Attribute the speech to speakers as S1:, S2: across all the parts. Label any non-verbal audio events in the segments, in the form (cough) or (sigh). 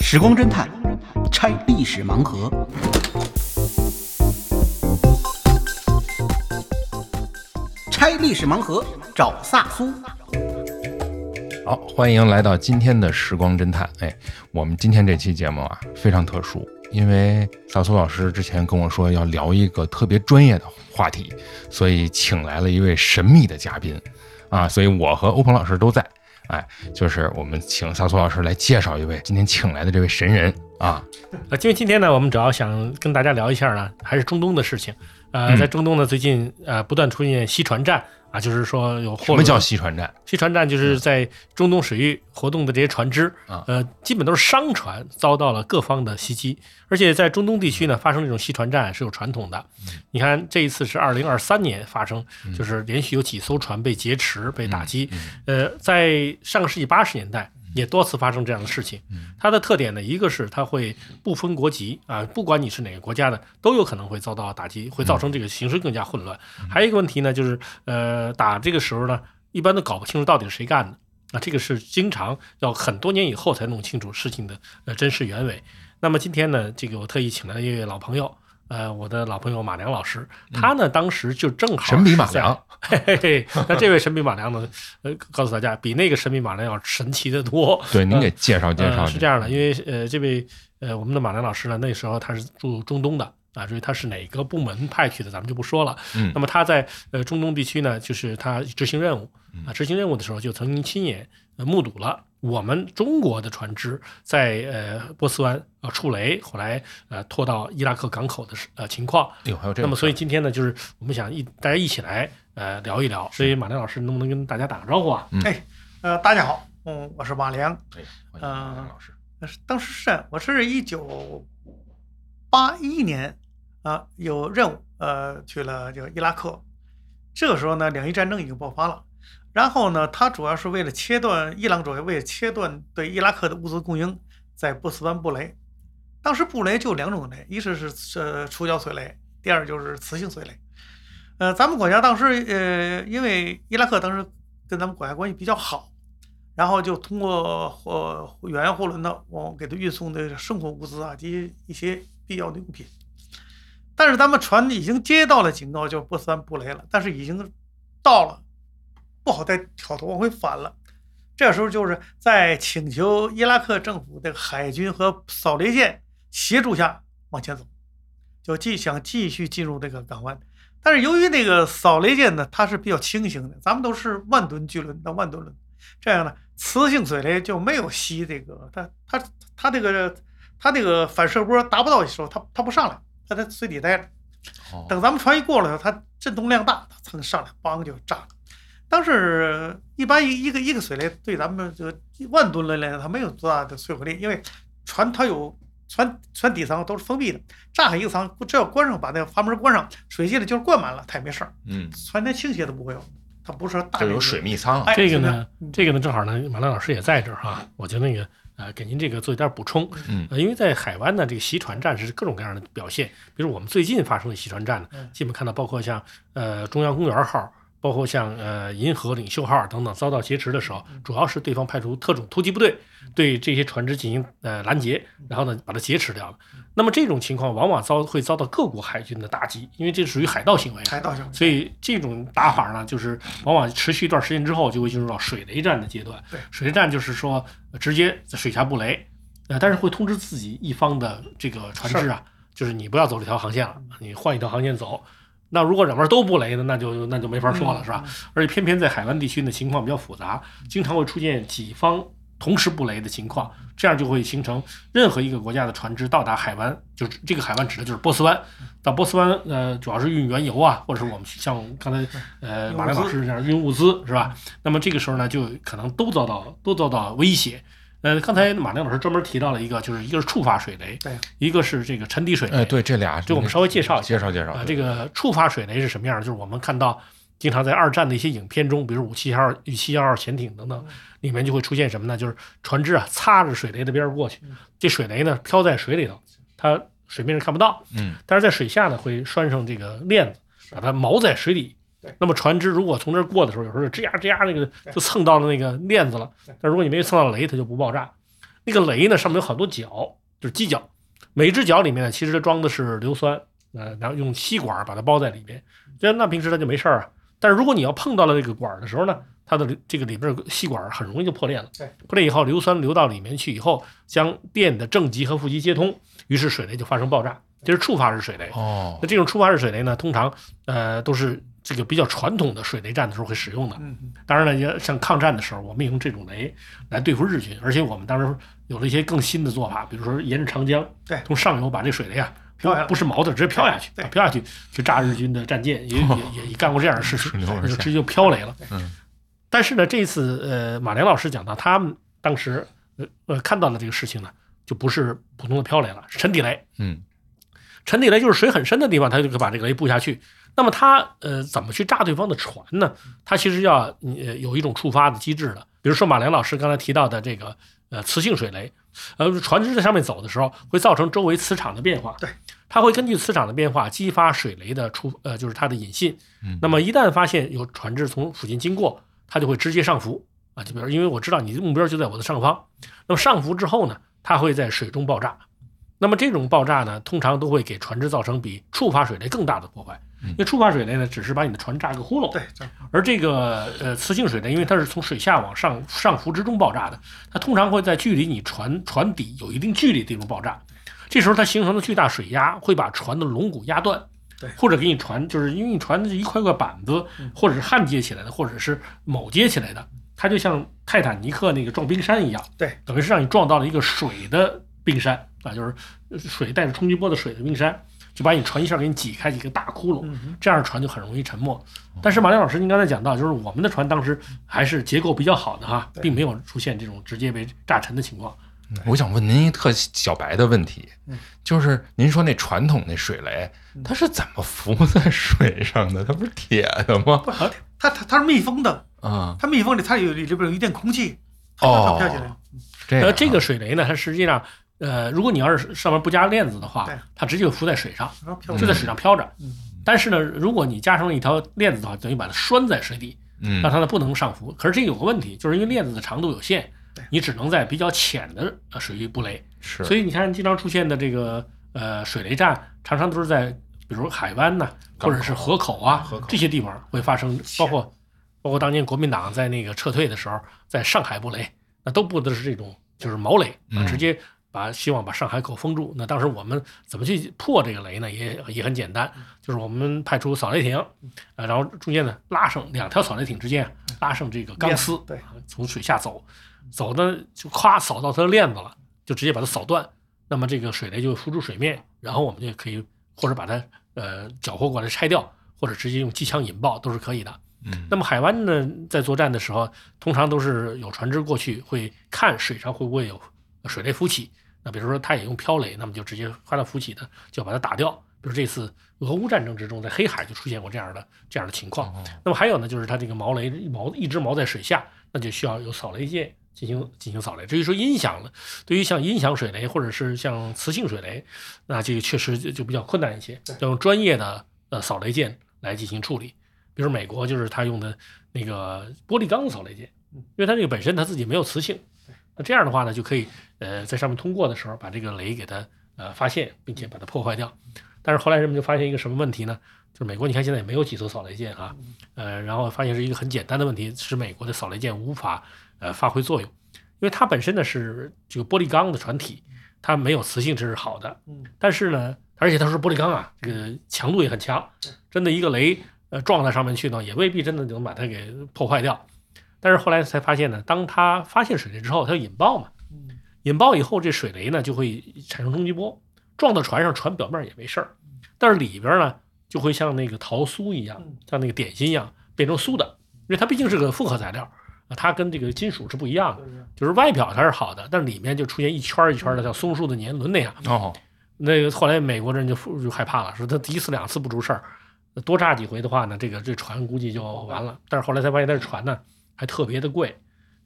S1: 时光侦探拆历史盲盒。拆历史盲盒，找萨苏。
S2: 好，欢迎来到今天的时光侦探。哎，我们今天这期节目啊非常特殊，因为萨苏老师之前跟我说要聊一个特别专业的话题，所以请来了一位神秘的嘉宾啊，所以我和欧鹏老师都在。哎，就是我们请萨苏老师来介绍一位今天请来的这位神人啊，
S3: 呃，因为今天呢，我们主要想跟大家聊一下呢，还是中东的事情。呃，
S2: 嗯
S3: 在中东呢，最近呃不断出现西船战啊，就是说有
S2: 什
S3: 货
S2: 么
S3: 轮
S2: 叫西船站？
S3: 西船战，就是在中东水域活动的这些船只
S2: 啊，
S3: 呃，基本都是商船遭到了各方的袭击，而且在中东地区呢，发生这种西船战是有传统的。
S2: 嗯
S3: 你看这一次是二零二三年发生，就是连续有几艘船被劫持、被打
S2: 嗯
S3: 击。呃，在上个世纪八十年代。也多次发生这样的事情，它的特点呢，一个是它会不分国籍啊，不管你是哪个国家的，都有可能会遭到打击，会造成这个形势更加混乱。
S2: 嗯
S3: 还有一个问题呢，就是呃，打这个时候呢，一般都搞不清楚到底是谁干的。那这个是经常要很多年以后才弄清楚事情的呃真实原委。那么今天呢，这个我特意请来了一位老朋友，呃，我的老朋友马良老师，他呢当时就正
S2: 嗯
S3: 好
S2: 神笔马
S3: 是在 (laughs)
S2: 良，
S3: 嘿嘿嘿，那这位神笔马良呢，呃，告诉大家比那个神笔马良要神奇的多。
S2: 对，您给介绍介绍。嗯
S3: 呃，是这样的，因为呃，这位呃，我们的马良老师呢，那时候他是驻中东的啊，至于他是哪个部门派去的，咱们就不说了。
S2: 嗯
S3: 那么他在呃中东地区呢，就是他执行任务
S2: 嗯
S3: 啊，执行任务的时候就曾经亲眼、呃、目睹了我们中国的船只在呃波斯湾啊、呃触雷，后来呃拖到伊拉克港口的时呃情况。
S2: 哎呦，还有这
S3: 那
S2: 种
S3: 么，所
S2: 事
S3: 以今天呢，就是我们想一大家一起来呃聊一聊。所以马良老师能不能跟大家打个招呼啊？
S4: 哎，呃，大家好，嗯，我是马良。
S2: 儿，哎欢迎马良老师，
S4: 呃当时是这样，我是一九八一年啊、有任务，呃，去了这个伊拉克。这个时候呢，两伊战争已经爆发了。然后呢，他主要是为了切断伊朗主要为了切断对伊拉克的物资供应，在波斯湾布雷。当时布雷就有两种雷，一是是呃触角水雷，第二就是磁性水雷。呃，咱们国家当时呃，因为伊拉克当时跟咱们国家关系比较好，然后就通过货远洋货轮呢，往给他运送的生活物资啊及一些必要的用品。但是咱们船已经接到了警告，叫波斯湾布雷了，但是已经到了，不好再挑头往回返了。这时候就是在请求伊拉克政府的海军和扫雷舰协助下往前走，就继想继续进入这个港湾。但是由于那个扫雷舰呢，它是比较轻型的，咱们都是万吨巨轮到万吨轮，这样呢，磁性水雷就没有吸这个，它它它这个它这个反射波达不到的时候，它它不上来，它在水底待着。
S2: 哦
S4: 等咱们船一过来，它震动量大，它蹭上来，梆就炸了。当时一般一一个一个水雷对咱们这个万吨轮来讲，它没有多大的摧毁力，因为船它有船船底舱都是封闭的，炸开一个舱，只要关上把那个阀门关上，水进来就是灌满了，它也没事儿，
S2: 嗯，
S4: 船连倾斜都不会有，它不是说大
S2: 这
S4: 面积
S2: 有水密仓啊，
S4: 哎
S3: 这个
S4: 是
S3: 呢
S4: 的嗯，
S3: 这个呢，正好呢，马亮老师也在这儿哈、我就那个呃，给您这个做一点补充。
S2: 嗯
S3: 呃因为在海湾呢，这个袭船战是各种各样的表现，比如我们最近发生的袭船战呢
S4: 嗯，
S3: 基本看到包括像呃中央公园号。包括像呃银河领袖号等等遭到劫持的时候，
S4: 嗯
S3: 主要是对方派出特种突击部队对这些船只进行呃拦截，
S4: 嗯
S3: 然后呢把它劫持掉了。那么这种情况往往遭会遭到各国海军的打击，因为这属于海盗行为。啊
S4: 海盗行为。
S3: 所以这种打法呢，就是往往持续一段时间之后，就会进入到水雷战的阶段。
S4: 对
S3: 水雷战就是说呃直接在水下布雷，呃，但是会通知自己一方的这个船只啊，就是你不要走这条航线了，你换一条航线走。那如果两边都布雷呢，那就那就没法
S4: 嗯
S3: 说了，是吧？而且偏偏在海湾地区呢，情况比较复杂，经常会出现几方同时布雷的情况，
S4: 嗯
S3: 这样就会形成任何一个国家的船只到达海湾，就是这个海湾指的就是波斯湾，
S4: 嗯
S3: 到波斯湾呃主要是运原油啊，或者是我们像刚才呃
S4: 嗯运物资嗯
S3: 马亮老师这样运物资是吧？那么这个时候呢，就可能都遭到都遭到威胁。呃，刚才马亮老师专门提到了一个，就是一个是触发水雷，
S4: 对，
S3: 一个是这个沉底水雷，
S2: 哎，对，这俩
S3: 就我们稍微介绍一下
S2: 介绍介绍
S3: 啊，这个触发水雷是什么样儿？就是我们看到经常在二战的一些影片中，比如五七号、U 七幺二潜艇等
S4: 嗯
S3: 等，里面就会出现什么呢？就是船只啊擦着水雷的边儿过去，
S4: 嗯
S3: 这水雷呢飘在水里头，它水面上看不到，
S2: 嗯，
S3: 但是在水下呢会拴上这个链子，把它锚在水里。
S4: 对
S3: 那么船只如果从这儿过的时候，有时候吱呀吱呀，那个
S4: 对
S3: 就蹭到了那个链子了
S4: 对。
S3: 但如果你没蹭到雷，它就不爆炸。那个雷呢，上面有好多角，就是犄角，每一只角里面呢，其实它装的是硫酸，呃，然后用吸管把它包在里边。这那平时它就没事儿啊。但是如果你要碰到了这个管儿的时候呢，它的这个里边儿吸管儿很容易就破裂了。
S4: 对，
S3: 破裂以后，硫酸流到里面去以后，将电的正极和负极接通，于是水雷就发生爆炸。这是触发式水雷。
S2: 哦
S3: 那，这种触发式水雷呢，通常呃都是这个比较传统的水雷战的时候会使用的。
S4: 嗯，
S3: 当然了，也像抗战的时候，我们也用这种雷来对付日军，而且我们当时有了一些更新的做法，比如说沿着长江，
S4: 对
S3: 从上游把这水雷啊。
S4: 飘下来
S3: 不是锚的，直接飘下去，
S4: 对
S3: 啊飘下去去炸日军的战舰，也也也干过这样的事情
S2: 顺，流而
S3: 那就
S2: 下
S3: 直接就飘雷了。
S2: 嗯
S3: 但是呢，这一次呃，马良老师讲到，他们当时呃呃看到了这个事情呢，就不是普通的飘雷了，是沉底雷。
S2: 嗯
S3: 沉底雷就是水很深的地方，他就可以把这个雷布下去。那么他呃怎么去炸对方的船呢？他其实要呃有一种触发的机制的，比如说马良老师刚才提到的这个呃磁性水雷，呃船只在上面走的时候会造成周围磁场的变化，
S4: 对，
S3: 它会根据磁场的变化激发水雷的出呃就是它的引信。
S2: 嗯
S3: 那么一旦发现有船只从附近经过，它就会直接上浮啊，就比如因为我知道你的目标就在我的上方，那么上浮之后呢，它会在水中爆炸。那么这种爆炸呢，通常都会给船只造成比触发水雷更大的破坏，因为触发水雷呢，只是把你的船炸个窟窿，
S4: 对，这样
S3: 而这个呃磁性水呢，因为它是从水下往上上浮之中爆炸的，它通常会在距离你船船底有一定距离的地方爆炸。这时候它形成的巨大水压会把船的龙骨压断，
S4: 对嗯
S3: 或者给你船就是因为你船是一块块板子，或者是焊接起来的，或者是铆接起来的，它就像泰坦尼克那个撞冰山一样，
S4: 对，
S3: 等于是让你撞到了一个水的冰山啊，就是水带着冲击波的水的冰山，就把你船一下给你挤开几个大窟窿。
S4: 嗯哼
S3: 这样船就很容易沉没。但是马亮老师您刚才讲到，就是我们的船当时还是结构比较好的哈，
S4: 对
S3: 并没有出现这种直接被炸沉的情况。
S2: 我想问您一特小白的问题
S4: 嗯，
S2: 就是您说那传统那水雷，它是怎么浮在水上的？它不是铁的吗？
S4: 不，它它它是密封的，
S3: 嗯
S2: 啊，
S4: 它密封里它有里边有一点空气，它
S3: 哦
S4: 它飘起来。
S2: 这样
S3: 呃，
S2: 啊
S3: 这个水雷呢，它实际上，呃，如果你要是上面不加链子的话
S4: 对，
S3: 它直接就浮在水上，
S4: 然后飘
S3: 就
S4: 起
S3: 在
S4: 来。
S3: 水上漂着
S4: 嗯。
S3: 但是呢，如果你加上了一条链子的话，等于把它拴在水底，
S2: 嗯
S3: 让它呢不能上浮。可是这有个问题，就是因为链子的长度有限
S4: 对，
S3: 你只能在比较浅的呃水域布雷。
S2: 是，
S3: 所
S2: 以
S3: 以你看，经常出现的这个呃水雷战，常常都是在比如海湾呐、
S2: 港口
S3: 或者是河口啊这些地方会发生，包括包括当年国民党在那个撤退的时候，在上海布雷，那都布的是这种就是锚雷啊，
S2: 嗯
S3: 直接把希望把上海口封住。那当时我们怎么去破这个雷呢？也也很简单，就是我们派出扫雷艇，啊，然后中间呢拉上两条扫雷艇之间啊拉上这个钢丝，
S4: 对
S3: 啊，从水下走，走呢就咵扫到它的链子了，就直接把它扫断。那么这个水雷就浮出水面，然后我们就可以或者把它呃缴获过来拆掉，或者直接用机枪引爆都是可以的。
S2: 嗯
S3: 那么海湾呢，在作战的时候，通常都是有船只过去会看水上会不会有水雷浮起。那比如说，它也用漂雷，那么就直接看到浮起的，就把它打掉。比如这次俄乌战争之中，在黑海就出现过这样的这样的情况。
S2: 哦
S3: 那么还有呢，就是它这个锚雷锚一直锚在水下，那就需要有扫雷舰进行进行扫雷。至于说音响了，对于像音响水雷或者是像磁性水雷，那这个确实就就比较困难一些，要用专业的呃扫雷舰来进行处理。比如美国就是它用的那个玻璃钢扫雷舰，因为它这个本身它自己没有磁性，那这样的话呢，就可以呃在上面通过的时候把这个雷给它呃发现，并且把它破坏掉。但是后来人们就发现一个什么问题呢？就是美国你看现在也没有几艘扫雷舰啊，呃，然后发现是一个很简单的问题，使美国的扫雷舰无法呃发挥作用，因为它本身呢是这个玻璃钢的船体，它没有磁性这是好的，
S4: 嗯，
S3: 但是呢，而且它是玻璃钢啊，这个强度也很强，真的一个雷呃撞到上面去呢，也未必真的就能把它给破坏掉。但是后来才发现呢，当它发现水雷之后，它要引爆嘛，
S4: 嗯
S3: 引爆以后，这水雷呢就会产生冲击波，撞到船上，船表面也没事儿，但是里边呢就会像那个桃酥一样
S4: 嗯，
S3: 像那个点心一样变成酥的，因为它毕竟是个复合材料啊，它跟这个金属是不一样的，
S4: 就是
S3: 就是外表它是好的，但是里面就出现一圈儿一圈儿的像松树的年轮那样。
S2: 哦，
S3: 那个后来美国人就就害怕了，说他第一次两次不出事儿，多炸几回的话呢，这个这船估计就完了。但是后来才发现，那船呢还特别的贵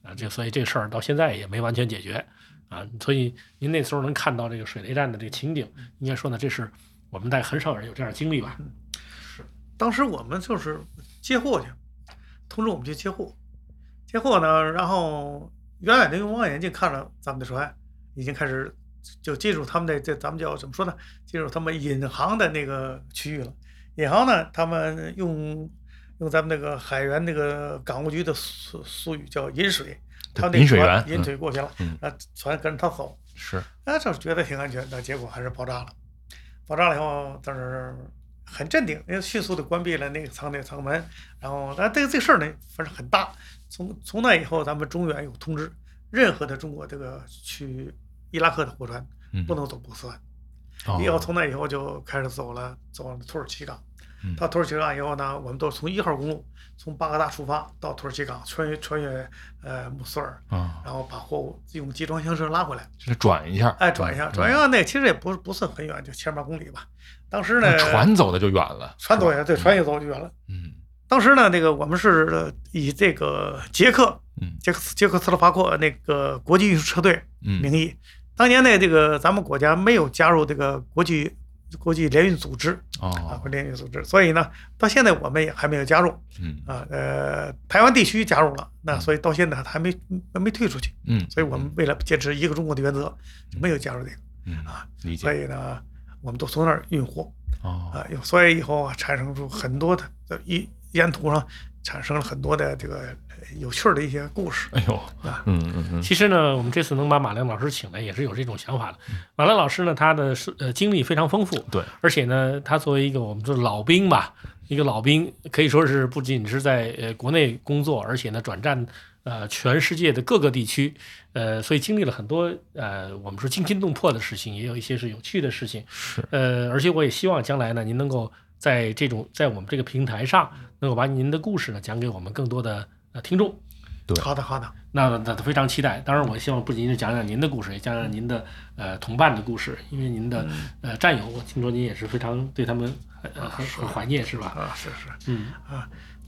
S3: 啊，这所以这事儿到现在也没完全解决啊。所以您那时候能看到这个水雷战的这个情景，应该说呢，这是我们在很少人有这样的经历吧？
S4: 当时我们就是接货去，通知我们去接货，接货呢，然后远远的用望远镜看着咱们的船，已经开始就进入他们的这咱们叫怎么说呢？进入他们引航的那个区域了。引航呢，他们用用咱们那个海员那个港务局的俗俗语叫引水，
S2: 对
S4: 他们那
S2: 引水
S4: 船
S2: 员
S4: 引
S2: 嗯
S4: 水过去了，
S2: 嗯
S4: 然后船跟着他走。
S2: 是
S4: 那这觉得挺安全的，结果还是爆炸了。爆炸了以后，但是很镇定，因为迅速的关闭了那个舱内舱门。然后，但这个这个事儿呢，反正很大。从从那以后，咱们中原有通知，任何的中国这个去伊拉克的货船
S2: 嗯
S4: 不能走波斯湾。
S2: 哦
S4: 以后从那以后就开始走了，走了土耳其港
S2: 嗯。
S4: 到土耳其港以后呢，我们都从一号公路从巴格达出发到土耳其港，穿越穿越呃穆苏尔，
S2: 啊，
S4: 然后把货物用集装箱车拉回来。
S2: 就是转一下，
S4: 哎，转一下，
S2: 嗯
S4: 转一下那其实也不是不是很远，就千八公里吧。当时呢
S2: 那，船走的就远了，
S4: 船走
S2: 是吧
S4: 也对，船也走远了。
S2: 嗯
S4: 当时呢，那个我们是呃以这个捷克
S2: 嗯
S4: 捷克斯捷克斯洛伐克那个国际运输车队
S2: 嗯
S4: 名义，当年呢，这个咱们国家没有加入这个国际国际联运组织啊，
S2: 哦
S4: 国际联运组织，所以呢，到现在我们也还没有加入
S2: 嗯
S4: 啊。呃，台湾地区加入了，那所以到现在还没没退出去，
S2: 嗯，
S4: 所以我们为了坚持一个中国的原则，就没有加入这个。
S2: 嗯
S4: 啊
S2: 理
S4: 所
S2: 解
S4: 以呢，我们都从那儿运货
S2: 哦
S4: 啊，有所以以后啊，产生出很多的呃一沿途上产生了很多的这个呃有趣儿的一些故事。
S2: 哎呦
S4: 啊
S2: 嗯嗯嗯
S3: 其实呢，我们这次能把马亮老师请来，也是有这种想法的。马亮老师呢，他的是呃经历非常丰富，
S2: 对，
S3: 而且呢，他作为一个我们说老兵吧，一个老兵可以说是不仅是在呃国内工作，而且呢转战呃全世界的各个地区，呃，所以经历了很多呃我们说惊心动魄的事情，也有一些是有趣的事情，
S2: 是
S3: 呃，而且我也希望将来呢，您能够在这种在我们这个平台上，能够把您的故事呢讲给我们更多的呃听众。
S2: 对
S4: 好的，好的，
S3: 那那非常期待。当然，我希望不仅是讲讲您的故事，也讲讲您的呃同伴的故事，因为您的
S2: 嗯
S3: 呃战友，我听说您也是非常对他们很很很很怀念，是吧？
S4: 啊，是是，
S3: 嗯，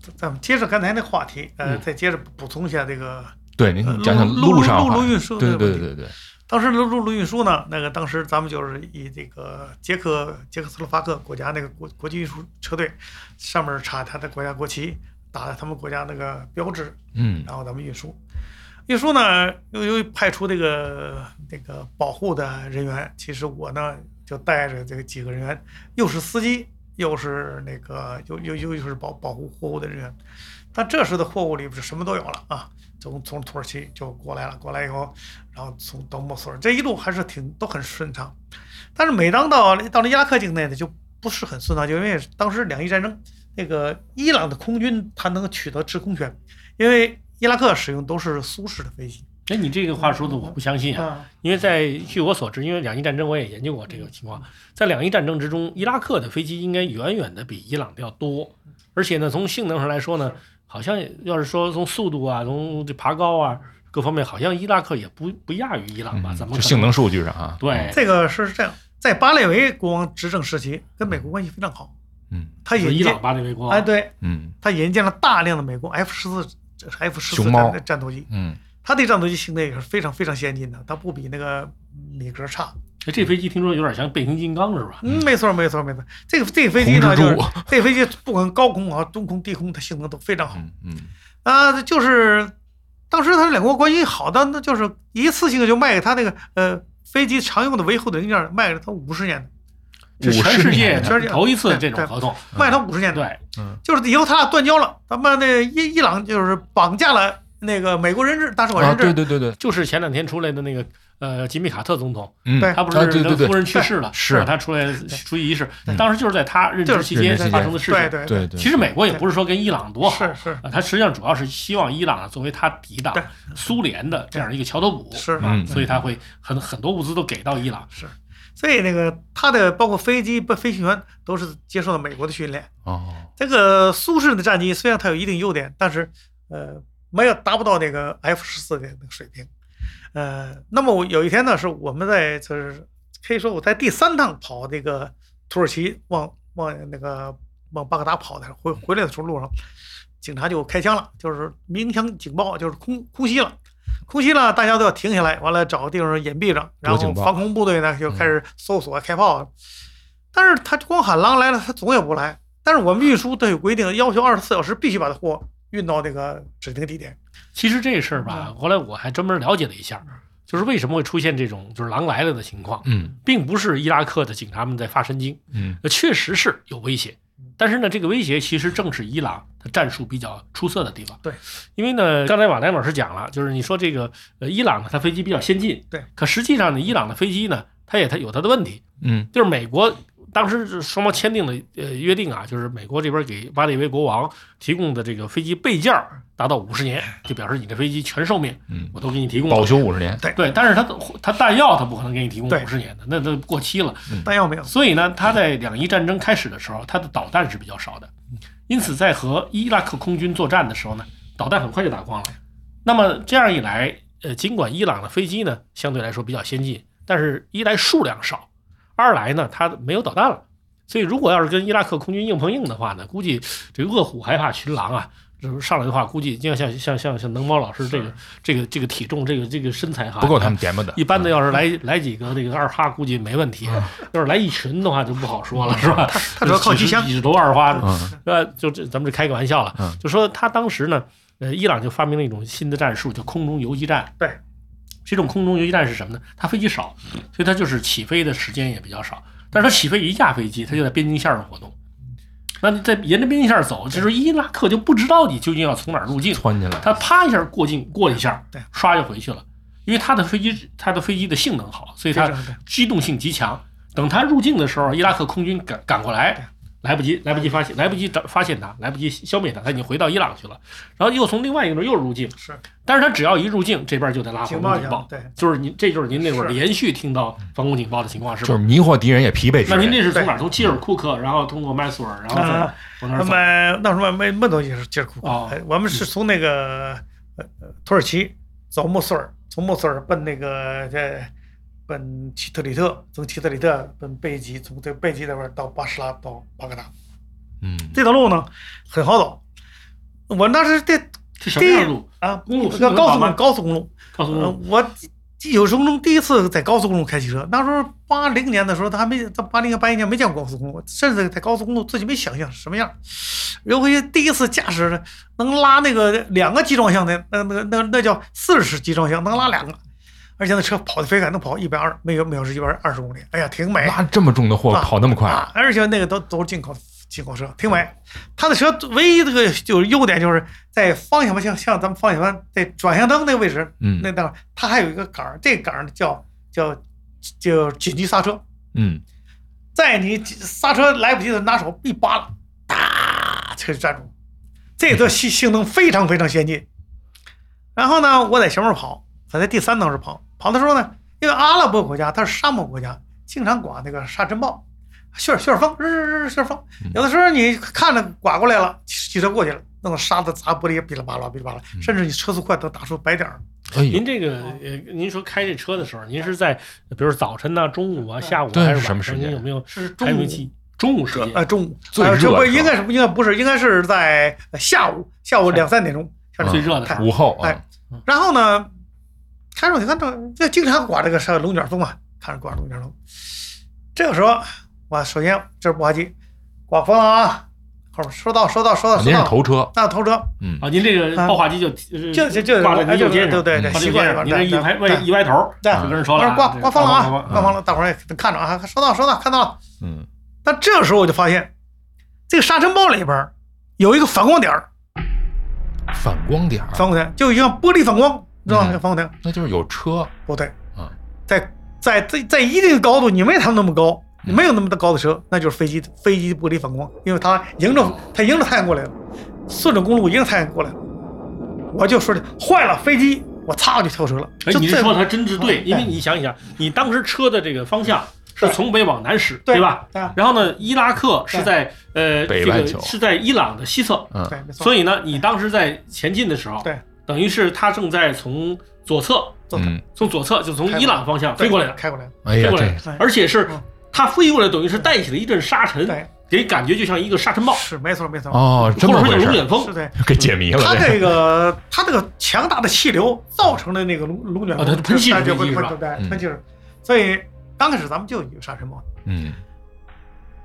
S4: 咱咱们接着刚才那话题，呃，
S3: 嗯
S4: 再接着补充一下这个，
S2: 对，您
S4: 呃
S2: 讲讲
S4: 陆
S2: 路上
S4: 陆
S2: 话
S4: 路运输
S2: 对
S4: 的
S2: 对
S4: 问
S2: 对对对，
S4: 当时陆路运输呢，那个当时咱们就是以这个捷克捷克斯洛伐克国家那个国国际运输车队上面插他的国家国旗，打他们国家那个标志，
S2: 嗯
S4: 然后咱们运输。运输呢，又又派出这个这个保护的人员。其实我呢，就带着这个几个人员，又是司机，又是那个又又又又是保保护货物的人员。但这时的货物里边什么都有了啊，从从土耳其就过来了，过来以后，然后从到莫索尔，这一路还是挺都很顺畅。但是每当到到了伊拉克境内呢，就不是很顺畅，就因为当时两伊战争，那个伊朗的空军它能取得制空权，因为伊拉克使用都是苏式的飞机
S3: 那哎你这个话说的我不相信啊，
S4: 啊，
S3: 因为在据我所知，因为两伊战争我也研究过这个情况，在两伊战争之中，伊拉克的飞机应该远远的比伊朗的要多，而且呢，从性能上来说呢，好像要是说从速度啊，从这爬高啊各方面，好像伊拉克也不不亚于伊朗吧？
S2: 嗯
S3: 啊咱们
S2: 就
S3: 可
S2: 性能数据上啊，
S3: 对
S4: 这个是这样，在巴列维国王执政时期，跟美国关系非常好，
S2: 嗯
S4: 他
S3: 说
S4: 引
S3: 伊
S4: 进
S3: 朗巴列维国，
S4: 哎，对
S2: 嗯
S4: 他引进了大量的美国 F 十四 F 十
S2: 熊
S4: 四
S2: 猫
S4: 战战斗机，
S2: 嗯
S4: 他的战斗机性能也是非常非常先进的，它不比那个米格差。
S3: 哎这飞机听说有点像变形金刚是吧？
S4: 嗯，没错没错没错，这个这个飞机
S2: 红蜘
S4: 呢，就是
S2: 蛛
S4: 这飞机不管高空啊、中空、低空，它性能都非常好。
S2: 嗯嗯
S4: 啊，就是当时他们两国关系好到那就是一次性就卖给他那个呃飞机常用的维护的零件儿，卖给他五十年，
S3: 这全世界
S4: 50年全世界
S3: 头一次
S4: 对
S3: 这种
S4: 对
S3: 合同，
S2: 嗯
S4: 卖他五十年，，
S3: 对，
S4: 就是以后他俩断交了，他们那伊伊朗就是绑架了那个美国人质大使馆
S2: 啊
S4: 人
S2: 对
S4: 质，
S2: 对对对
S3: 就是前两天出来的那个呃吉米卡特总统，
S2: 嗯
S4: 对
S3: 他不
S2: 啊
S3: 是
S2: 对对
S3: 他
S2: 对
S3: 夫人去世了，
S2: 是
S3: 他出来出席仪式
S2: 对，
S3: 当时就是在他任
S4: 就
S3: 职
S4: 是
S3: 期间
S2: 任职期
S3: 发
S2: 间
S3: 生的事
S4: 对
S3: 情。
S4: 对
S2: 对对
S3: 其实美国也不是说跟伊朗多好
S4: 是。是
S3: 啊，他实际上主要是希望伊朗啊作为他抵挡
S4: 对
S3: 苏联的这样一个桥头堡，
S4: 是
S3: 啊，
S2: 嗯
S3: 所以他会很很多物资都给到伊朗。
S4: 是，所以那个他的包括飞机、不飞行员都是接受了美国的训练。
S2: 哦
S4: 这个苏式的战机虽然它有一定优点，但是呃没有达不到那个 F 十四的那个水平。呃，那么我有一天呢，是我们在就是可以说我在第三趟跑这个土耳其往往那个往巴格达跑的时候回回来的时候路上，警察就开枪了，就是鸣枪警报，就是空空袭了。空袭了，大家都要停下来，完了找个地方隐蔽着，然
S2: 躲警
S4: 后
S2: 报嗯
S4: 防空部队呢就开始搜索、开炮。但是他光喊狼来了，他总也不来。但是我们运输它有规定，要求二十四小时必须把它货运到那个指定地点。嗯
S3: 其实这事儿吧，后来我还专门了解了一下，就是为什么会出现这种就是狼来了的情况，
S2: 嗯
S3: 并不是伊拉克的警察们在发神经，
S2: 嗯
S3: 呃确实是有威胁。但是呢，这个威胁其实正是伊朗它战术比较出色的地方。
S4: 对，
S3: 因为呢，刚才瓦莱老师讲了，就是你说这个呃，伊朗呢，它飞机比较先进，
S4: 对，
S3: 可实际上呢，伊朗的飞机呢，它也它有它的问题，
S2: 嗯
S3: 就是美国当时是双方签订的呃约定啊，就是美国这边给巴列维国王提供的这个飞机备件儿达到五十年，就表示你的飞机全寿命
S2: 嗯，
S3: 我都给你提供了
S2: 保修五十年，
S3: 对，但是它的它弹药它不可能给你提供
S4: 对
S3: 五十年的，那那过期了。
S4: 弹药没有，
S3: 所以呢，它在两伊战争开始的时候，它的导弹是比较少的，因此在和伊拉克空军作战的时候呢，导弹很快就打光了。那么这样一来，呃，尽管伊朗的飞机呢相对来说比较先进，但是一来数量少，二来呢它没有导弹了。所以如果要是跟伊拉克空军硬碰硬的话呢，估计这个饿虎害怕群狼啊。这上来的话，估计啊就像像像像能猫老师这个这个这个体重，这个这个身材哈，
S2: 不够他们点吧的。
S3: 一般的要是来 (laughs) 来几个这个二哈，估计没问题。要是来一群的话，就不好说了，是吧？
S4: 嗯他主要靠机枪
S3: 几十几十头二哈，
S2: 嗯
S3: 呃，就这咱们这开个玩笑了
S2: 嗯，
S3: 就说他当时呢，呃，伊朗就发明了一种新的战术，叫空中游击战。
S4: 对，
S3: 这种空中游击战是什么呢？它飞机少，所以它就是起飞的时间也比较少。但是它起飞一架飞机，它就在边境线上活动。那你在沿着边境线走，就是伊拉克就不知道你究竟要从哪儿入境，
S2: 窜进来，
S3: 他啪一下过境过一下，
S4: 对
S3: 唰就回去了。因为他的飞机，他的飞机的性能好，所以它
S4: 非常对
S3: 机动性极强。等他入境的时候，伊拉克空军赶赶过
S4: 对
S3: 来，来不及，来不及发现，来不及找发现他，来不及消灭他，他已经回到伊朗去了。然后又从另外一个地儿又入境，
S4: 是
S3: 但是他只要一入境，这边就得拉
S4: 情
S3: 防
S4: 报
S3: 空
S4: 一
S3: 警
S4: 样
S3: 报，
S4: 对，
S3: 就是您，这就是您那会儿
S4: 是
S3: 连续听到防空警报的情况，是
S2: 就是
S3: 吧？
S2: 迷惑敌人也疲惫之
S3: 那
S2: 类。
S3: 您这是从哪儿？从基尔库克，然后通过麦索尔，然后再
S4: 啊
S3: 往那
S4: 那
S3: 儿走？
S4: 么那时候没没东西是吉尔库克
S3: 哦，
S4: 哎我们是从那个呃呃土耳其走莫苏尔，从莫苏尔奔那个呃奔齐特里特，从齐特里特奔贝吉，从这贝吉那边到巴士拉到巴格达，
S2: 嗯
S4: 这条路呢很好走。我们当时这
S3: 是什么样的路？
S4: 啊，
S3: 公路是
S4: 高
S3: 河
S4: 高
S3: 道
S4: 速
S3: 吗
S4: 公高速公路，
S3: 告诉
S4: 呃
S3: 我，
S4: 我有生中第一次在高速公路开汽车，那时候八零年的时候，他还没，他八零年八一年没见过高速公路，甚至在高速公路自己没想象是什么样。刘辉第一次驾驶能拉那个两个集装箱的，那那那那叫四十集装箱，能拉两个，而且那车跑得飞快，能跑一百二，每个每小时一百二十公里，哎呀，挺美。
S2: 拉这么重的货
S4: 啊
S2: 跑那么快，嗯
S4: 啊，而且那个都都是进口进口车，挺美。他的车唯一这个就是优点就是在方向盘像像咱们方向盘在转向灯那个位置，
S2: 嗯
S4: 那那它还有一个杆儿，这个杆儿叫叫叫紧急刹车，
S2: 嗯，
S4: 在你刹车来不及的拿手一扒拉，哒，车就站住。这个性性能非常非常先进。然后呢，我在前面跑，我在第三档是跑，跑的时候呢，因为阿拉伯国家它是沙漠国家，经常刮那个沙尘暴、旋旋风，日日日旋风。有的时候你看着刮过来了，汽车过去了，弄个沙子砸玻璃，噼里啪啦噼里啪啦，甚至你车速快都打出白点儿。
S2: 哎呦
S3: 您，这个呃，您说开这车的时候，您是在比如早晨呐、中午啊、下午啊
S2: 对
S3: 还是
S2: 是什么
S3: 晚上
S2: 时间
S3: 您有没有
S4: 是
S3: 还
S4: 中
S3: 有没
S4: 午
S3: 有记忆？中午时间
S4: 呃，中午，
S2: 最
S4: 呃这
S2: 热
S4: 不
S2: 是吧
S4: 应该是应该不是，应该是在呃下午，下午两三点钟，下午
S3: 最热的时
S4: 太
S3: 候，
S2: 午后啊
S4: 哎，然后呢，开上去看这这经常刮这个是龙卷风嘛，看着刮龙卷风。这个时候，我首先这不滑稽，刮风了啊！后面收到收到收到收
S2: 啊您是
S4: 到，
S2: 头车，
S4: 那头车
S2: 嗯
S3: 啊，您这个
S4: 啊
S3: 报话机就呃
S4: 就就就
S3: 挂在
S4: 哎
S3: 您右肩
S4: 对
S3: 上，
S4: 对对，
S3: 挂
S4: 习
S3: 右
S4: 惯
S3: 肩
S4: 了
S3: 上，
S4: 吧，
S3: 您这一
S4: 对
S3: 歪
S4: 对
S3: 歪
S4: 对
S3: 一歪头儿，
S4: 对
S3: 就跟人说了
S4: 那
S3: 啊，
S4: 刮
S3: 这
S4: 刮风了
S3: 刮
S4: 啊，
S3: 风
S4: 刮风了，大伙儿也看着啊，收到收到，看到了。
S2: 嗯，
S4: 但这个时候我就发现，这个沙尘暴里边儿有一个反光点儿，
S2: 反光点儿，
S4: 反光点儿就像玻璃反光，知道吗？
S2: 嗯
S4: 反光点儿
S2: 那就是有车，
S4: 不对
S2: 啊，
S4: 在在在在一定的高度，你没他们那么高，
S3: 嗯
S4: 你没有那么的高的车，那就是飞机飞机玻璃反光，因为它迎着
S3: 哦
S4: 它迎着太阳过来了，顺着公路迎着太阳过来了，我就说这坏了飞机，我擦我就跳车了，
S3: 哎，
S4: 就
S3: 您
S4: 这
S3: 说的还真是对，
S4: 哎
S3: 因为你想一想，你当时车的这个方向是从北往南驶，
S4: 对
S3: 吧？
S4: 对啊
S3: 然后呢，伊拉克是在呃
S2: 北
S3: 这
S2: 半
S3: 个
S2: 球
S3: 是在伊朗的西侧，
S2: 嗯
S4: 对，没错，
S3: 所
S4: 以
S3: 以呢，你当时在前进的时候，
S4: 对，
S3: 等于是他正在从左侧
S4: 走
S2: 嗯，
S3: 从左侧就从伊朗方向飞过来的，
S4: 开过来了，
S2: 哎
S3: 飞
S2: 呀，
S3: 过来
S2: 这
S3: 的，而且是
S4: 嗯
S3: 它飞过来，等于是带起了一阵沙尘，
S4: 对，
S3: 给感觉就像一个沙尘暴，
S4: 是没错没错，
S2: 哦，这
S3: 或
S2: 么
S3: 者说叫
S2: 回事
S3: 龙
S2: 儿，
S3: 卷风
S4: 是对。
S2: 给解谜了，
S4: 它
S2: 这
S4: 这个 (laughs) 它这个强大的气流造成的那个龙龙卷
S3: 啊它
S4: 风，
S3: 喷气式
S4: 就
S3: 飞
S4: 会
S3: 机是吧
S4: 会对
S2: 嗯
S4: 喷气式，所以刚开始咱们就有沙尘暴，
S2: 嗯，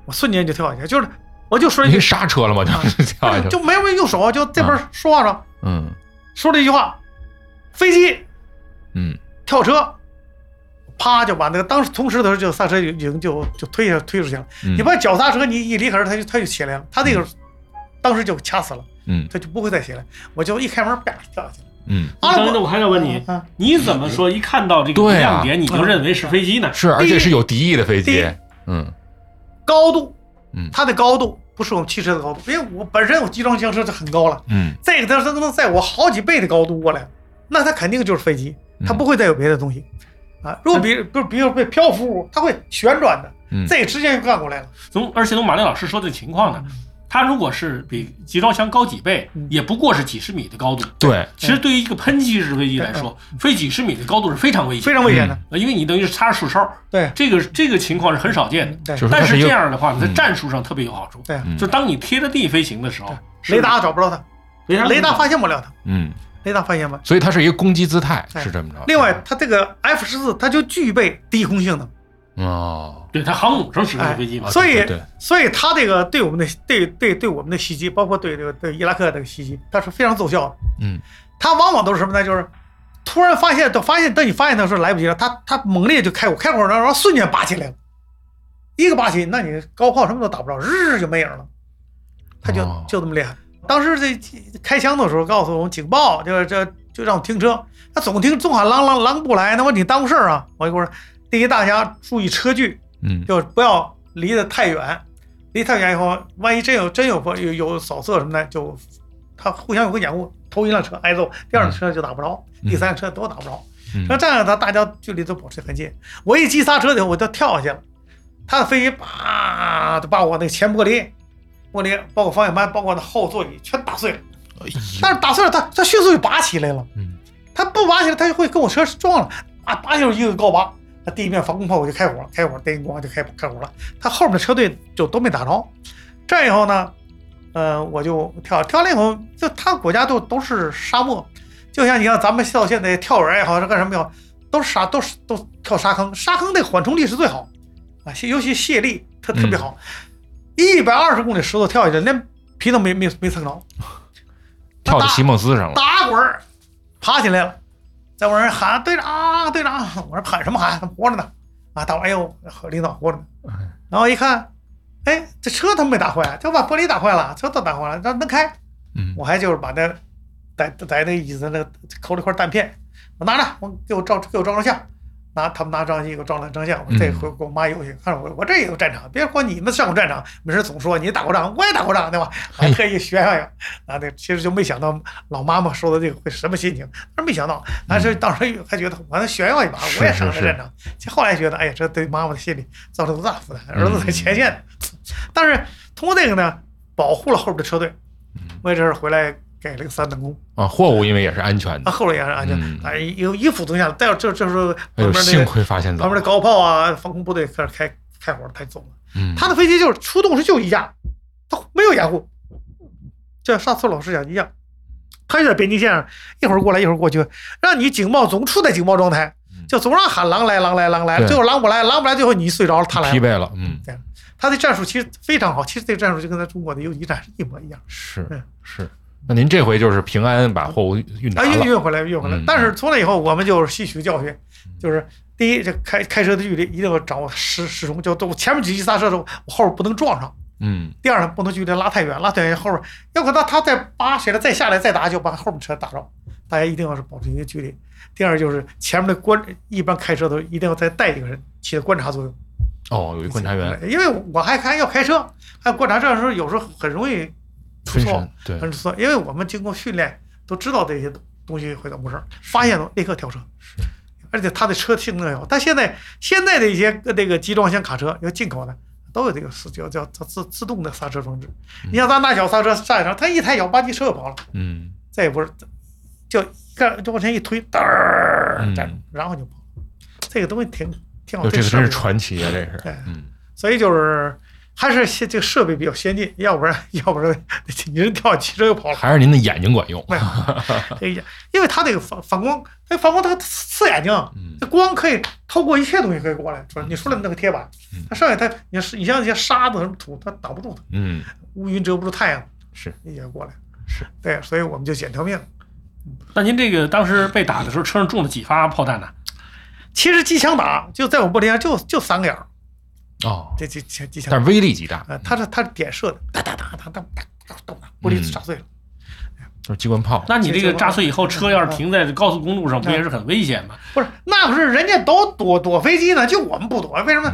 S4: 我瞬间就跳下去，就是我就说一句哎
S2: 您刹车了吗？
S3: 啊
S2: 当时跳下去了，
S4: 就没有用手，就这边说话上
S2: 嗯
S4: 说了一句话：“飞机
S2: 嗯，
S4: 跳车，啪就把那个当时同时的时候就刹车已经就就推下推出去了。
S2: 嗯
S4: 你把脚刹车，你一离开时候它就它就起来了，它那个当时就掐死了，
S2: 嗯
S4: 它就不会再起来。我就一开门，啪跳下去了。
S2: 嗯，
S4: 啊，
S3: 当时
S4: 我
S3: 我还要问你，
S4: 啊，
S3: 你怎么说一看到这个
S2: 对啊嗯
S3: 亮点你就认为是飞机呢？
S2: 是，而且是有敌意的飞
S4: 第
S2: 机
S4: 一，
S2: 嗯
S4: 高度，
S2: 嗯
S4: 它的高度不是我们汽车的高度，因为我本身我集装箱车就很高了，
S2: 嗯
S4: 这个它它能在我好几倍的高度过来，那它肯定就是飞机，它
S2: 嗯
S4: 不会再有别的东西。啊，如果比比如比如被漂浮物，它会旋转的，
S2: 嗯
S4: 这个直接就干过来了。
S3: 从而且从马亮老师说的情况呢，它如果是比集装箱高几倍
S4: 嗯，
S3: 也不过是几十米的高度。
S2: 对，
S3: 其实对于一个喷气式飞机来说，飞几十米的高度是非常危险，
S4: 嗯非常危险的。
S2: 嗯
S3: 呃，因为你等于是插着树梢，
S4: 对嗯
S3: 这个这个情况是很少见的。
S4: 对
S2: 就是它
S3: 但
S2: 是
S3: 是
S2: 一
S3: 这
S2: 个
S3: 样的话，你在
S2: 嗯
S3: 战术上特别有好处。
S4: 对，啊
S2: 嗯
S3: 就当你贴着地飞行的时候，是
S4: 雷达找不着它，
S3: 雷达
S4: 雷达发现不了它，
S2: 嗯，
S4: 雷达发现不了。
S2: 所以它是一个攻击姿态，
S4: 哎
S2: 是这么着。
S4: 另外，它这个 F 十四它就具备低空性能，哎
S2: 哦，
S3: 对它航母上使用的飞机嘛
S2: 啊，
S4: 所以
S2: 对对对
S4: 所以它这个对我们的对对对我们的袭击，包括对这个对伊拉克的这个袭击，它是非常奏效的。
S2: 嗯
S4: 它往往都是什么呢？就是突然发现，等发现等你发现的时候来不及了，它它猛烈就开火，开火然后瞬间拔起来了，一个拔起，那你高炮什么都打不着，日就没影了，它就
S2: 哦
S4: 就这么厉害。当时这开枪的时候告诉我们警报，就是这就让我停车，他总听总喊啷啷啷不来，那我你耽误事儿啊！我就说，第一大家注意车距，
S2: 嗯
S4: 就是不要离得太远，离太远以后，万一真有真有有有扫射什么的，就他互相有个掩护，头一辆车挨揍，第二辆车就打不着，
S2: 嗯
S4: 第三辆车都打不着。
S2: 嗯
S4: 那这样他大家距离都保持很近。我一急刹车的时候，我就跳下去了，他的飞机叭就把我那前玻璃、玻璃包括方向盘、包括那后座椅全打碎了。
S2: 哎
S4: 但是打碎了，它它迅速就拔起来了。
S2: 嗯，
S4: 它不拔起来，它就会跟我车撞了。啊，拔就是一个高拔，那第一面防空炮我就开火了，开火叮咣就开开火了。它后面的车队就都没打着。这样以后呢，呃，我就跳跳了以后，就它国家都都是沙漠，就像你像咱们到现在跳远也好，是干什么也好，都是沙，都是都跳沙坑，沙坑的缓冲力是最好啊，尤其泄力特特别好，一百二十公里时速跳下去，连皮都没没没蹭着。
S2: 跳到
S4: 大
S2: 席梦思上了，
S4: 打滚儿，爬起来了，在我这儿喊队长，队长，我说喊什么喊？活着呢，啊，大伙儿哎呦，领导活着呢。
S2: 哎
S4: 然后一看，哎，这车他们没打坏，啊就把玻璃打坏了，车都打坏了，让能开。
S2: 嗯
S4: 我还就是把那在在那椅子那抠了一块弹片，我拿着，我给我照给我照张相，拿他们拿照相机给我照了张相，我
S2: 嗯
S4: 这回给我妈邮去，看我我这也有战场，别光你们上过战场，没事总说你打过仗，我也打过仗，对吧？
S2: (laughs)
S4: 还特意炫耀啊，那其实就没想到老妈妈说的这个会什么心情，但是没想到，但是当时还觉得我能炫耀一把，
S2: 嗯是
S4: 我也上了
S2: 是是
S4: 战场，其实后来觉得，哎呀，这对妈妈的心理造成多大负担，儿子在前线，
S2: 嗯
S4: (laughs) 但是通过这个呢，保护了后边的车队，
S2: 嗯
S4: 我也这是回来给了个三等功。
S2: 啊，货物因为也是安全
S4: 啊，
S2: 的，
S4: 后来也是安全
S2: 嗯，
S4: 哎，有一辅助下，再有这这时候
S2: 哎
S4: 旁
S2: 呦，
S4: 边
S2: 幸
S4: 那个
S2: 亏发现早
S4: 旁
S2: 了，
S4: 边的高炮啊，防空部队开始开开火了，太重了。
S2: 嗯，
S4: 他的飞机就是出动时就一架，他没有掩护，就像上次老师讲一样，他就在边境线上，一会儿过来一会儿过去，让你警报总处在警报状态
S2: 嗯，
S4: 就总让喊狼来狼来狼来，
S2: 对
S4: 最后狼不来狼不来，最后你睡着了他来
S2: 疲
S4: 了。
S2: 惫了，嗯，
S4: 他的战术其实非常好，其实这个战术就跟咱中国的游击战是一模一样。
S2: 是
S4: 嗯
S2: 是。那您这回就是平安把货物运达
S4: 啊，运
S2: 嗯了，
S4: 运回来，运回来
S2: 嗯。
S4: 但是从那以后，我们就是吸取教训，就是第一，这开开车的距离一定要掌握时时钟，就都我前面几级刹车的时候，我后边不能撞上。
S2: 嗯
S4: 第二呢，不能距离拉太远，拉太远后边，要可能他再扒谁了，再下来再打，就把后面车打着。大家一定要是保持一定距离。第二就是前面的观，一般开车都一定要再带一个人起到观察作用。
S2: 哦，有一观察员
S4: 因为我还还要开车，还要观察这的时候，有时候很容易出
S2: 分
S4: 错。
S2: 神，对，
S4: 很错，因为我们经过训练都知道这些东西会怎么回事儿，发现了立刻跳车。而且他的车性能也好，但现在现在的一些那个集装箱卡车，有进口的都有这个是叫叫叫自自动的刹车装置。你像咱拿脚刹车刹一刹，它一抬脚，吧唧车就跑了，
S2: 嗯
S4: 再也不是就一个就往前一推，嘚儿
S2: 嗯，
S4: 站住然后就跑了。这个东西挺挺好，
S2: 哟，这个
S4: 设
S2: 真是
S4: 备
S2: 传奇啊，这是
S4: 对，
S2: 嗯，
S4: 所以就是还是先这个设备比较先进，要不然 (laughs) 要不然你人跳，汽车又跑了。
S2: 还是您的眼睛管用，
S4: 没有，这个眼因为它这个反反光，它反光它刺眼睛
S2: 嗯，
S4: 这光可以透过一切东西可以过来。说你说的那个铁板
S2: 嗯，
S4: 它剩下它，你是你像一些沙子什么土，它挡不住它，
S2: 嗯，
S4: 乌云遮不住太阳，
S2: 是
S4: 也过来。
S2: 是
S4: 对，所以我们就捡条命。
S3: 那您这个当时被打的时候，车上中了几发炮弹呢？
S4: 其实机枪靶就在我玻璃上就就三个眼儿，
S2: 哦，
S4: 这这这机枪
S2: 但是威力极大，嗯
S4: 啊，它是它是点射的，哒哒哒哒哒哒哒哒哒，玻璃炸碎了。
S2: 就是机关炮。
S3: 那你这个炸碎以后，车要是停在高速公路上，不也是很危险吗？
S4: 不是，那不是人家都躲躲飞机呢，就我们不躲，为什么？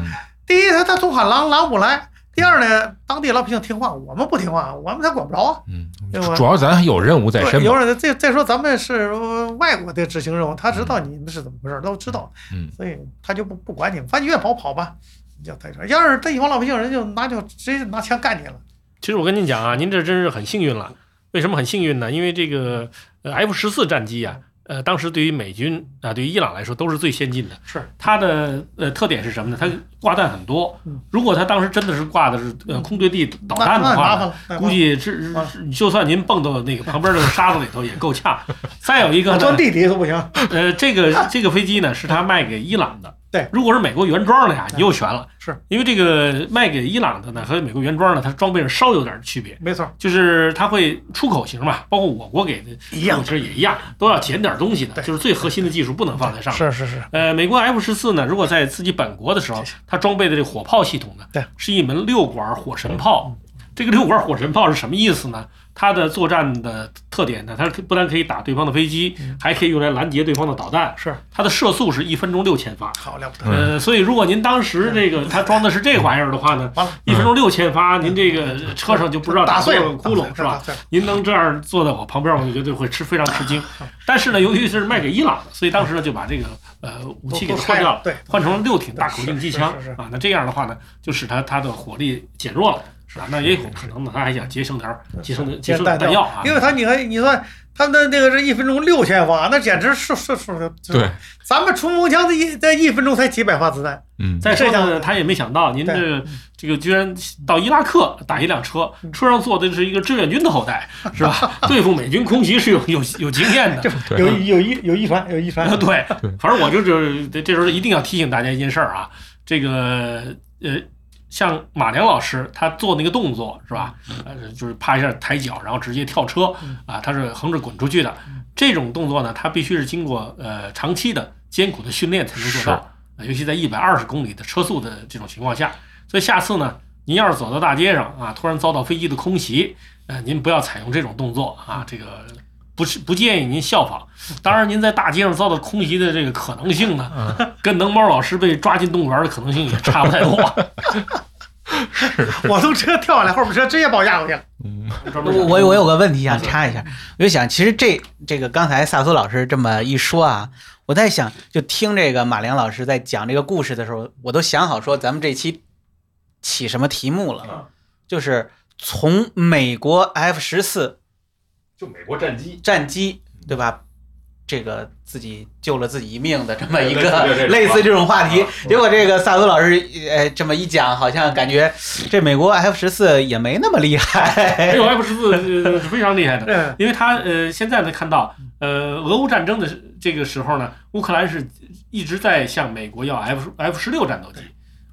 S4: 第一，他他总喊狼狼不来；第二呢，当地老百姓听话，我们不听话，我们才管不着啊。
S2: 嗯，
S4: 对吧
S2: 主要咱有任务在身
S4: 对，
S2: 嘛
S4: 有。点再再说，咱们是呃外国的执行任务，他知道你们是怎么回事，都知道，
S2: 嗯
S4: 所以他就不不管你们，反正你愿跑跑吧。你叫他说，要是这一帮老百姓，人就拿就直接拿枪干你了。
S3: 其实我跟您讲啊，您这真是很幸运了。为什么很幸运呢？因为这个呃 F 十四战机啊，呃，当时对于美军啊、对于伊朗来说都是最先进的。
S4: 是
S3: 它的呃特点是什么呢？它挂弹很多
S4: 嗯。
S3: 如果它当时真的是挂的是呃空对地导
S4: 那
S3: 弹
S4: 那
S3: 的
S4: 麻
S3: 话呢，
S4: 烦了，那麻烦了
S3: 估计是
S4: 完了
S3: 是就算您蹦到那个旁边的沙子里头也够
S4: (laughs)
S3: 呛。再有一个
S4: 我钻
S3: 呢，
S4: 地底都不行。
S3: 呃，这个这个飞机呢是他卖给伊朗的。
S4: 对，
S3: 如果是美国原装的呀，你又悬了。
S4: 是
S3: 因为这个卖给伊朗的呢和美国原装的，它装备上稍有点区别。
S4: 没错，
S3: 就是它会出口型嘛，包括我国给的
S4: 一样
S3: 其实也一样，都要减点东西的，
S4: 对
S3: 就是最核心的技术不能放在上面。
S4: 是是是，
S3: 呃，美国 F 十四呢，如果在自己本国的时候，它装备的这火炮系统呢，
S4: 对嗯
S3: 是一门六管火神炮。这个六管火神炮是什么意思呢？它的作战的特点呢，它不但可以打对方的飞机，
S4: 嗯
S3: 还可以用来拦截对方的导弹。
S4: 是
S3: 它的射速是一分钟六千发。
S4: 好了不得。
S3: 呃，所以如果您当时这个它装的是这个玩意儿的话呢，
S4: 完了，
S3: 一
S4: 嗯
S3: 分钟六千发，您这个车上就不知道
S4: 打
S3: 多
S4: 碎
S3: 少
S4: 了
S3: 个窟窿是吧？？
S4: 打碎了
S3: 您能这样坐在我旁边，我就觉得会吃非常吃惊。但是呢，由于是卖给伊朗的，所以当时呢就把这个呃武器给
S4: 都都
S3: 换掉了，
S4: 对，
S3: 换成了六挺大口径机枪
S4: 是是是是
S3: 啊。那这样的话呢，就使它它的火力减弱了。是啊吧？那也有可能呢，他还想节省点儿节省节省点儿弹药啊。
S4: 因为他你看，你算他们的那个是一分钟六千发，那简直是是是是。
S2: 对，，
S4: 咱们冲锋枪的一在一分钟才几百发子弹，
S2: 嗯，
S3: 再说
S4: 这
S3: 呢，
S4: 样
S3: 他也没想到您
S4: 对嗯
S3: 这个这个居然到伊拉克打一辆车，车上坐的是一个志愿军的后代，是
S4: (laughs)
S3: 吧？对付美军空袭是有有有经验的。
S2: 对
S4: 有有一有一传有一传
S3: 啊，， (laughs) 对
S2: 对，
S3: 反正我就就是这这时候一定要提醒大家一件事儿啊，这个呃，像马良老师他做那个动作是吧？呃，就是啪一下抬脚，然后直接跳车啊，他是横着滚出去的。这种动作呢，他必须是经过呃长期的艰苦的训练才能做到，呃尤其在一百二十公里的车速的这种情况下。所以下次呢，您要是走到大街上啊，突然遭到飞机的空袭，呃，您不要采用这种动作啊，这个不是不建议您效仿。当然，您在大街上遭到空袭的这个可能性呢，跟能猫老师被抓进动物园的可能性也差不太多。
S4: 我从车跳下来，后面车直接把我压过去了。
S2: 嗯
S3: 专
S1: 我
S3: 门讲
S1: 我我有个问题想
S3: 嗯
S1: 插一下，我就想，其实这这个刚才萨苏老师这么一说啊，我在想，就听这个马良老师在讲这个故事的时候，我都想好说咱们这期起什么题目
S3: 嗯
S1: 了，就是从美国 F 十四
S2: 就美国战机，
S1: 战机，对吧？这个自己救了自己一命的这么一
S2: 对
S1: 个
S2: 对对对
S1: (laughs) 类似这种话题
S2: 啊，
S1: 结果这个萨苏老师呃这么一讲，好像感觉这美国 F 十四也没那么厉害
S3: 哎
S1: (laughs)
S3: 还。有 F 十四呃是非常厉害的，
S4: 嗯，
S3: 因为他呃现在呢看到呃俄乌战争的这个时候呢，乌克兰是一直在向美国要 F F 十六战斗机，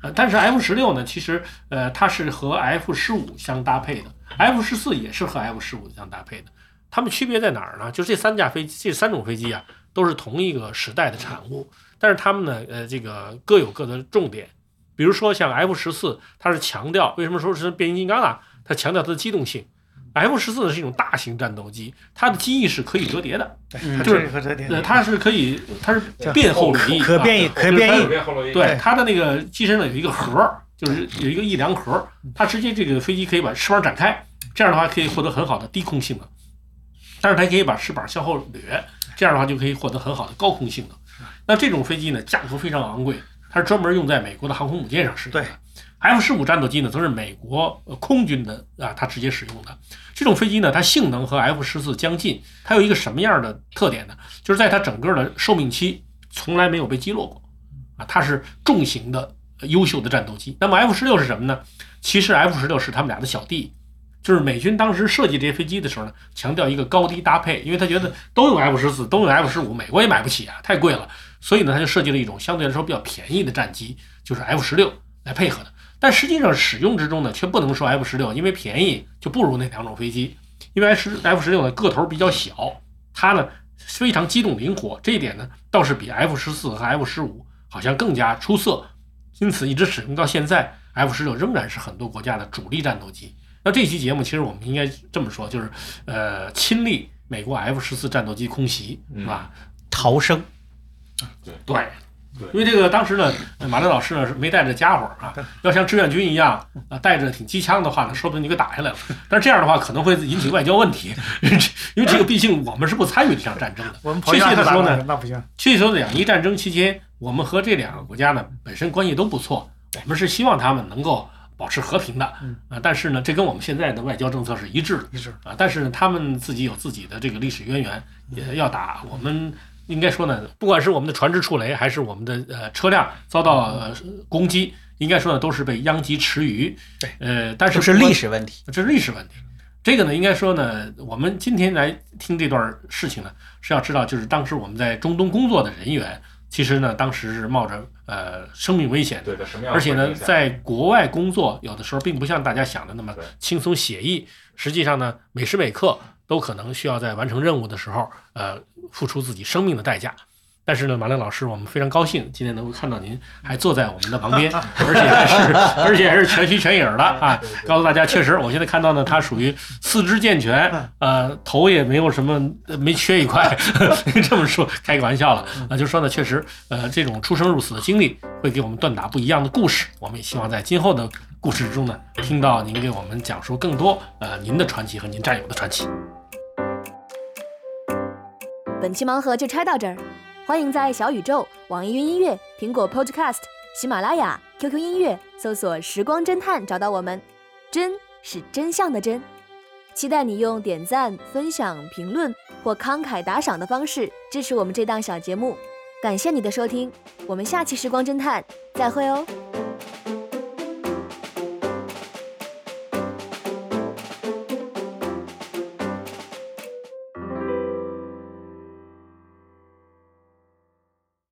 S3: 呃，但是 F 十六呢，其实呃它是和 F 十五相搭配的，F 十四也是和 F 十五相搭配的。它们区别在哪儿呢？就这三架飞机，这三种飞机啊，都是同一个时代的产物，但是它们呢，呃，这个各有各的重点。比如说像 F 十四，它是强调为什么说是变形金刚啊？它强调它的机动性。F 十四呢是一种大型战斗机，它的机翼是可以折叠的，
S1: 嗯
S4: 对，这这
S3: 呃，
S4: 点，
S3: 它是可以，它是变后轮翼，
S4: 可
S3: 啊
S4: 变异可
S3: 就是它
S4: 变异，
S3: 对，它的那个机身呢有一个盒儿，就是有一个翼梁盒儿，它直接这个飞机可以把翅膀展开，这样的话可以获得很好的低空性能，但是它可以把翅膀向后掠，这样的话就可以获得很好的高空性能。那这种飞机呢，价格非常昂贵，它是专门用在美国的航空母舰上使用的
S4: 对。
S3: F 十五战斗机呢，则是美国呃空军的啊，它直接使用的。这种飞机呢，它性能和 F 十四将近，它有一个什么样的特点呢？就是在它整个的寿命期从来没有被击落过。啊，它是重型的呃优秀的战斗机。那么 F 十六是什么呢？其实 F 十六是他们俩的小弟，就是美军当时设计这些飞机的时候呢，强调一个高低搭配，因为他觉得都有 F 十四，都有 F 十五，美国也买不起啊，太贵了，所以呢，他就设计了一种相对来说比较便宜的战机，就是 F 十六来配合的。但实际上使用之中呢，却不能说 F 十六因为便宜就不如那两种飞机，因为 F 十 F 十六呢个头比较小，它呢非常机动灵活，这一点呢倒是比 F 十四和 F 十五好像更加出色，因此一直使用到现在，F 十九仍然是很多国家的主力战斗机。那这期节目其实我们应该这么说，就是呃，亲历美国 F 十四战斗机空袭，是吧？
S1: 逃生，
S3: 对，
S5: 对
S3: 因为这个当时呢，呃马亮老师呢是没带着家伙啊，要像志愿军一样啊带着挺机枪的话呢，说不定就给打下来了。但是这样的话可能会引起外交问题， (laughs) 因为这个毕竟我们是不参与这场战争的。
S4: 我们跑
S3: 确
S4: 一
S3: 切
S4: 下
S3: 的说呢，
S4: 那不行，
S3: 确切地说，两伊战争期间，我们和这两个国家呢本身关系都不错，我们是希望他们能够保持和平的
S4: 嗯
S3: 啊。但是呢，这跟我们现在的外交政策是一致的。
S4: 一致。
S3: 啊，但是呢，他们自己有自己的这个历史渊源，
S4: 嗯
S3: 也要打我们。应该说呢，不管是我们的船只触雷，还是我们的呃车辆遭到、呃、攻击，应该说呢都是被殃及池鱼。
S4: 对，
S3: 呃，但是
S1: 这是
S3: 不管
S1: 历史问题。
S3: 这是历史问题。这个呢，应该说呢，我们今天来听这段事情呢，是要知道，就是当时我们在中东工作的人员，其实呢，当时是冒着呃生命危险的，
S5: 对的，什么样的
S3: 而且呢，
S5: 环境下
S3: 在国外工作有的时候并不像大家想的那么
S5: 对
S3: 轻松写意，实际上呢，每时每刻都可能需要在完成任务的时候，呃，付出自己生命的代价。但是呢，马亮老师，我们非常高兴今天能够看到您还坐在我们的旁边， (laughs) 而且还是 (laughs) 而且还是全虚全影儿的啊！
S5: 对对
S3: 告诉大家，确实，我现在看到呢，他属于四肢健全，呃，头也没有什么，呃没缺一块。 (laughs) 这么说，开个玩笑了啊，就说呢，确实，呃，这种出生入死的经历会给我们锻打不一样的故事。我们也希望在今后的故事中呢，听到您给我们讲述更多呃您的传奇和您战友的传奇。
S6: 本期盲盒就拆到这儿，欢迎在小宇宙、网易云音乐、苹果 Podcast、喜马拉雅、QQ 音乐搜索“时光侦探”找到我们。真是真相的真，期待你用点赞、分享、评论或慷慨打赏的方式支持我们这档小节目。感谢你的收听，我们下期《时光侦探》再会哦。